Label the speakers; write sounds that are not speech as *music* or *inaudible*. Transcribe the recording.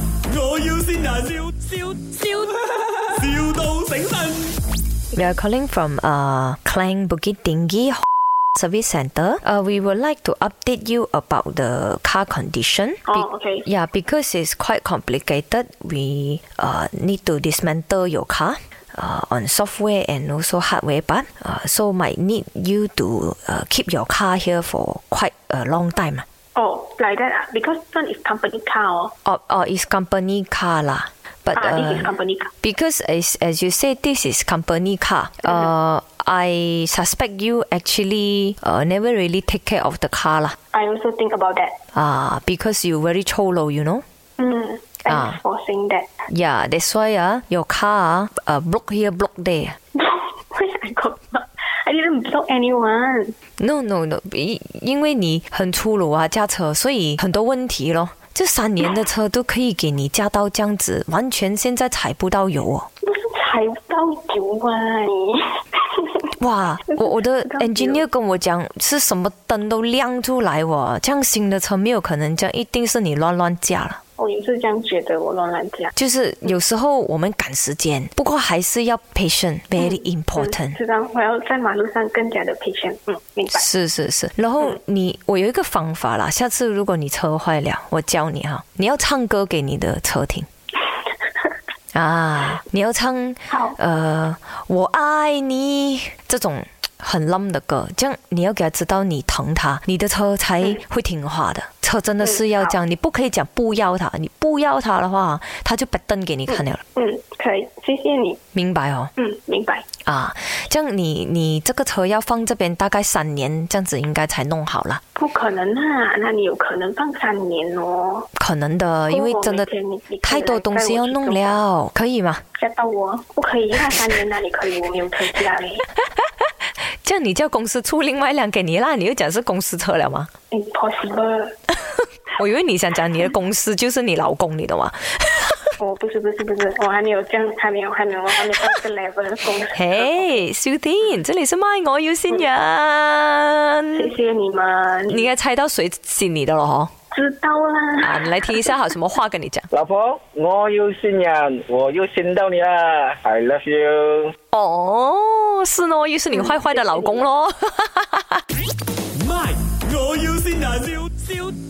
Speaker 1: 要先人，笑笑笑，,笑到醒神。
Speaker 2: We are calling from uh, Klang Bukit Tinggi *laughs* Service Center. Uh, we would like to update you about the car condition.
Speaker 3: Oh, okay.
Speaker 2: Yeah, because it's quite complicated, we uh, need to dismantle your car. Uh, on software and also hardware part, uh, so might need you to uh, keep your car here for quite a long time.
Speaker 3: Oh, like that. ah, Because this one is company car. Oh.
Speaker 2: Or, or it's company car lah. But
Speaker 3: Ah,
Speaker 2: uh,
Speaker 3: this is company car.
Speaker 2: Because as, as you said, this is company car. Uh, I suspect you actually uh, never really take care of the car lah.
Speaker 3: I also think about that.
Speaker 2: Uh, because you very cholo, you know.
Speaker 3: Mm, thanks
Speaker 2: Ah.
Speaker 3: for saying that. *laughs*
Speaker 2: Yeah, that's why uh, your car uh, block here, block there.
Speaker 3: I got. I didn't block anyone. *laughs*
Speaker 2: No no no，因因为你很粗鲁啊，驾车，所以很多问题咯。这三年的车都可以给你驾到这样子，完全现在踩不到油哦。
Speaker 3: 不是踩不到油啊你！ *laughs*
Speaker 2: 哇，我我的
Speaker 3: 高级哦
Speaker 2: engineer 跟我讲，是什么灯都亮出来哦，这样新的车没有可能这样，一定是你乱乱驾了。
Speaker 3: 我也是这样觉得，我乱乱讲。
Speaker 2: 就是有时候我们赶时间，不过还是要 patient，very
Speaker 3: 嗯
Speaker 2: important。
Speaker 3: 知道，我要在马路上更加的 patient。嗯，明白。
Speaker 2: 是是是，然后你我有一个方法啦，下次如果你车坏了，我教你哈，你要唱歌给你的车
Speaker 3: *laughs*
Speaker 2: 听。啊，你要唱
Speaker 3: 好
Speaker 2: 呃我爱你这种很 lum 的歌，这样你要给他知道你疼他，你的车才会听话的。车真的是要这样，你不可以讲不要他，你不要他的话，他就摆灯给你看了，
Speaker 3: 嗯，可以，谢谢你。
Speaker 2: 明白哦？
Speaker 3: 嗯，明白。
Speaker 2: 啊，这样你你这个车要放这边大概三年，这样子应该才弄好了。
Speaker 3: 不可能啊，那你有可能放三年哦。
Speaker 2: 可能的，因为真的
Speaker 3: 哦明天你你可
Speaker 2: 太
Speaker 3: 以
Speaker 2: 多东西要弄了，可以吗？
Speaker 3: 吓到我，不可以，那三年哪里可以？我没有啊车驾嘞。
Speaker 2: 这样你叫公司出另外一辆给你啦，你又讲是公司车了吗？
Speaker 3: *laughs* Impossible！
Speaker 2: 我以为你想讲你的公司就是你老公，你懂
Speaker 3: *laughs*
Speaker 2: 吗？
Speaker 3: 我哦不是不是不是，我还没有这样，还没有还没有还没到这个 level 的公司。
Speaker 2: 嘿，小天，这里是麦，我要新人。
Speaker 3: *laughs* 谢谢你们，
Speaker 2: 你应该猜到谁是你的了哦。
Speaker 3: 知道啦。
Speaker 2: 啊，你来听一下，还有什么话跟你讲？
Speaker 4: 老婆，我又信人，我又信到你啦！I love you。
Speaker 2: 哦，是哦，又是
Speaker 3: *laughs* 嗯
Speaker 2: 你坏坏的老公咯。
Speaker 1: 卖，我要先人，笑笑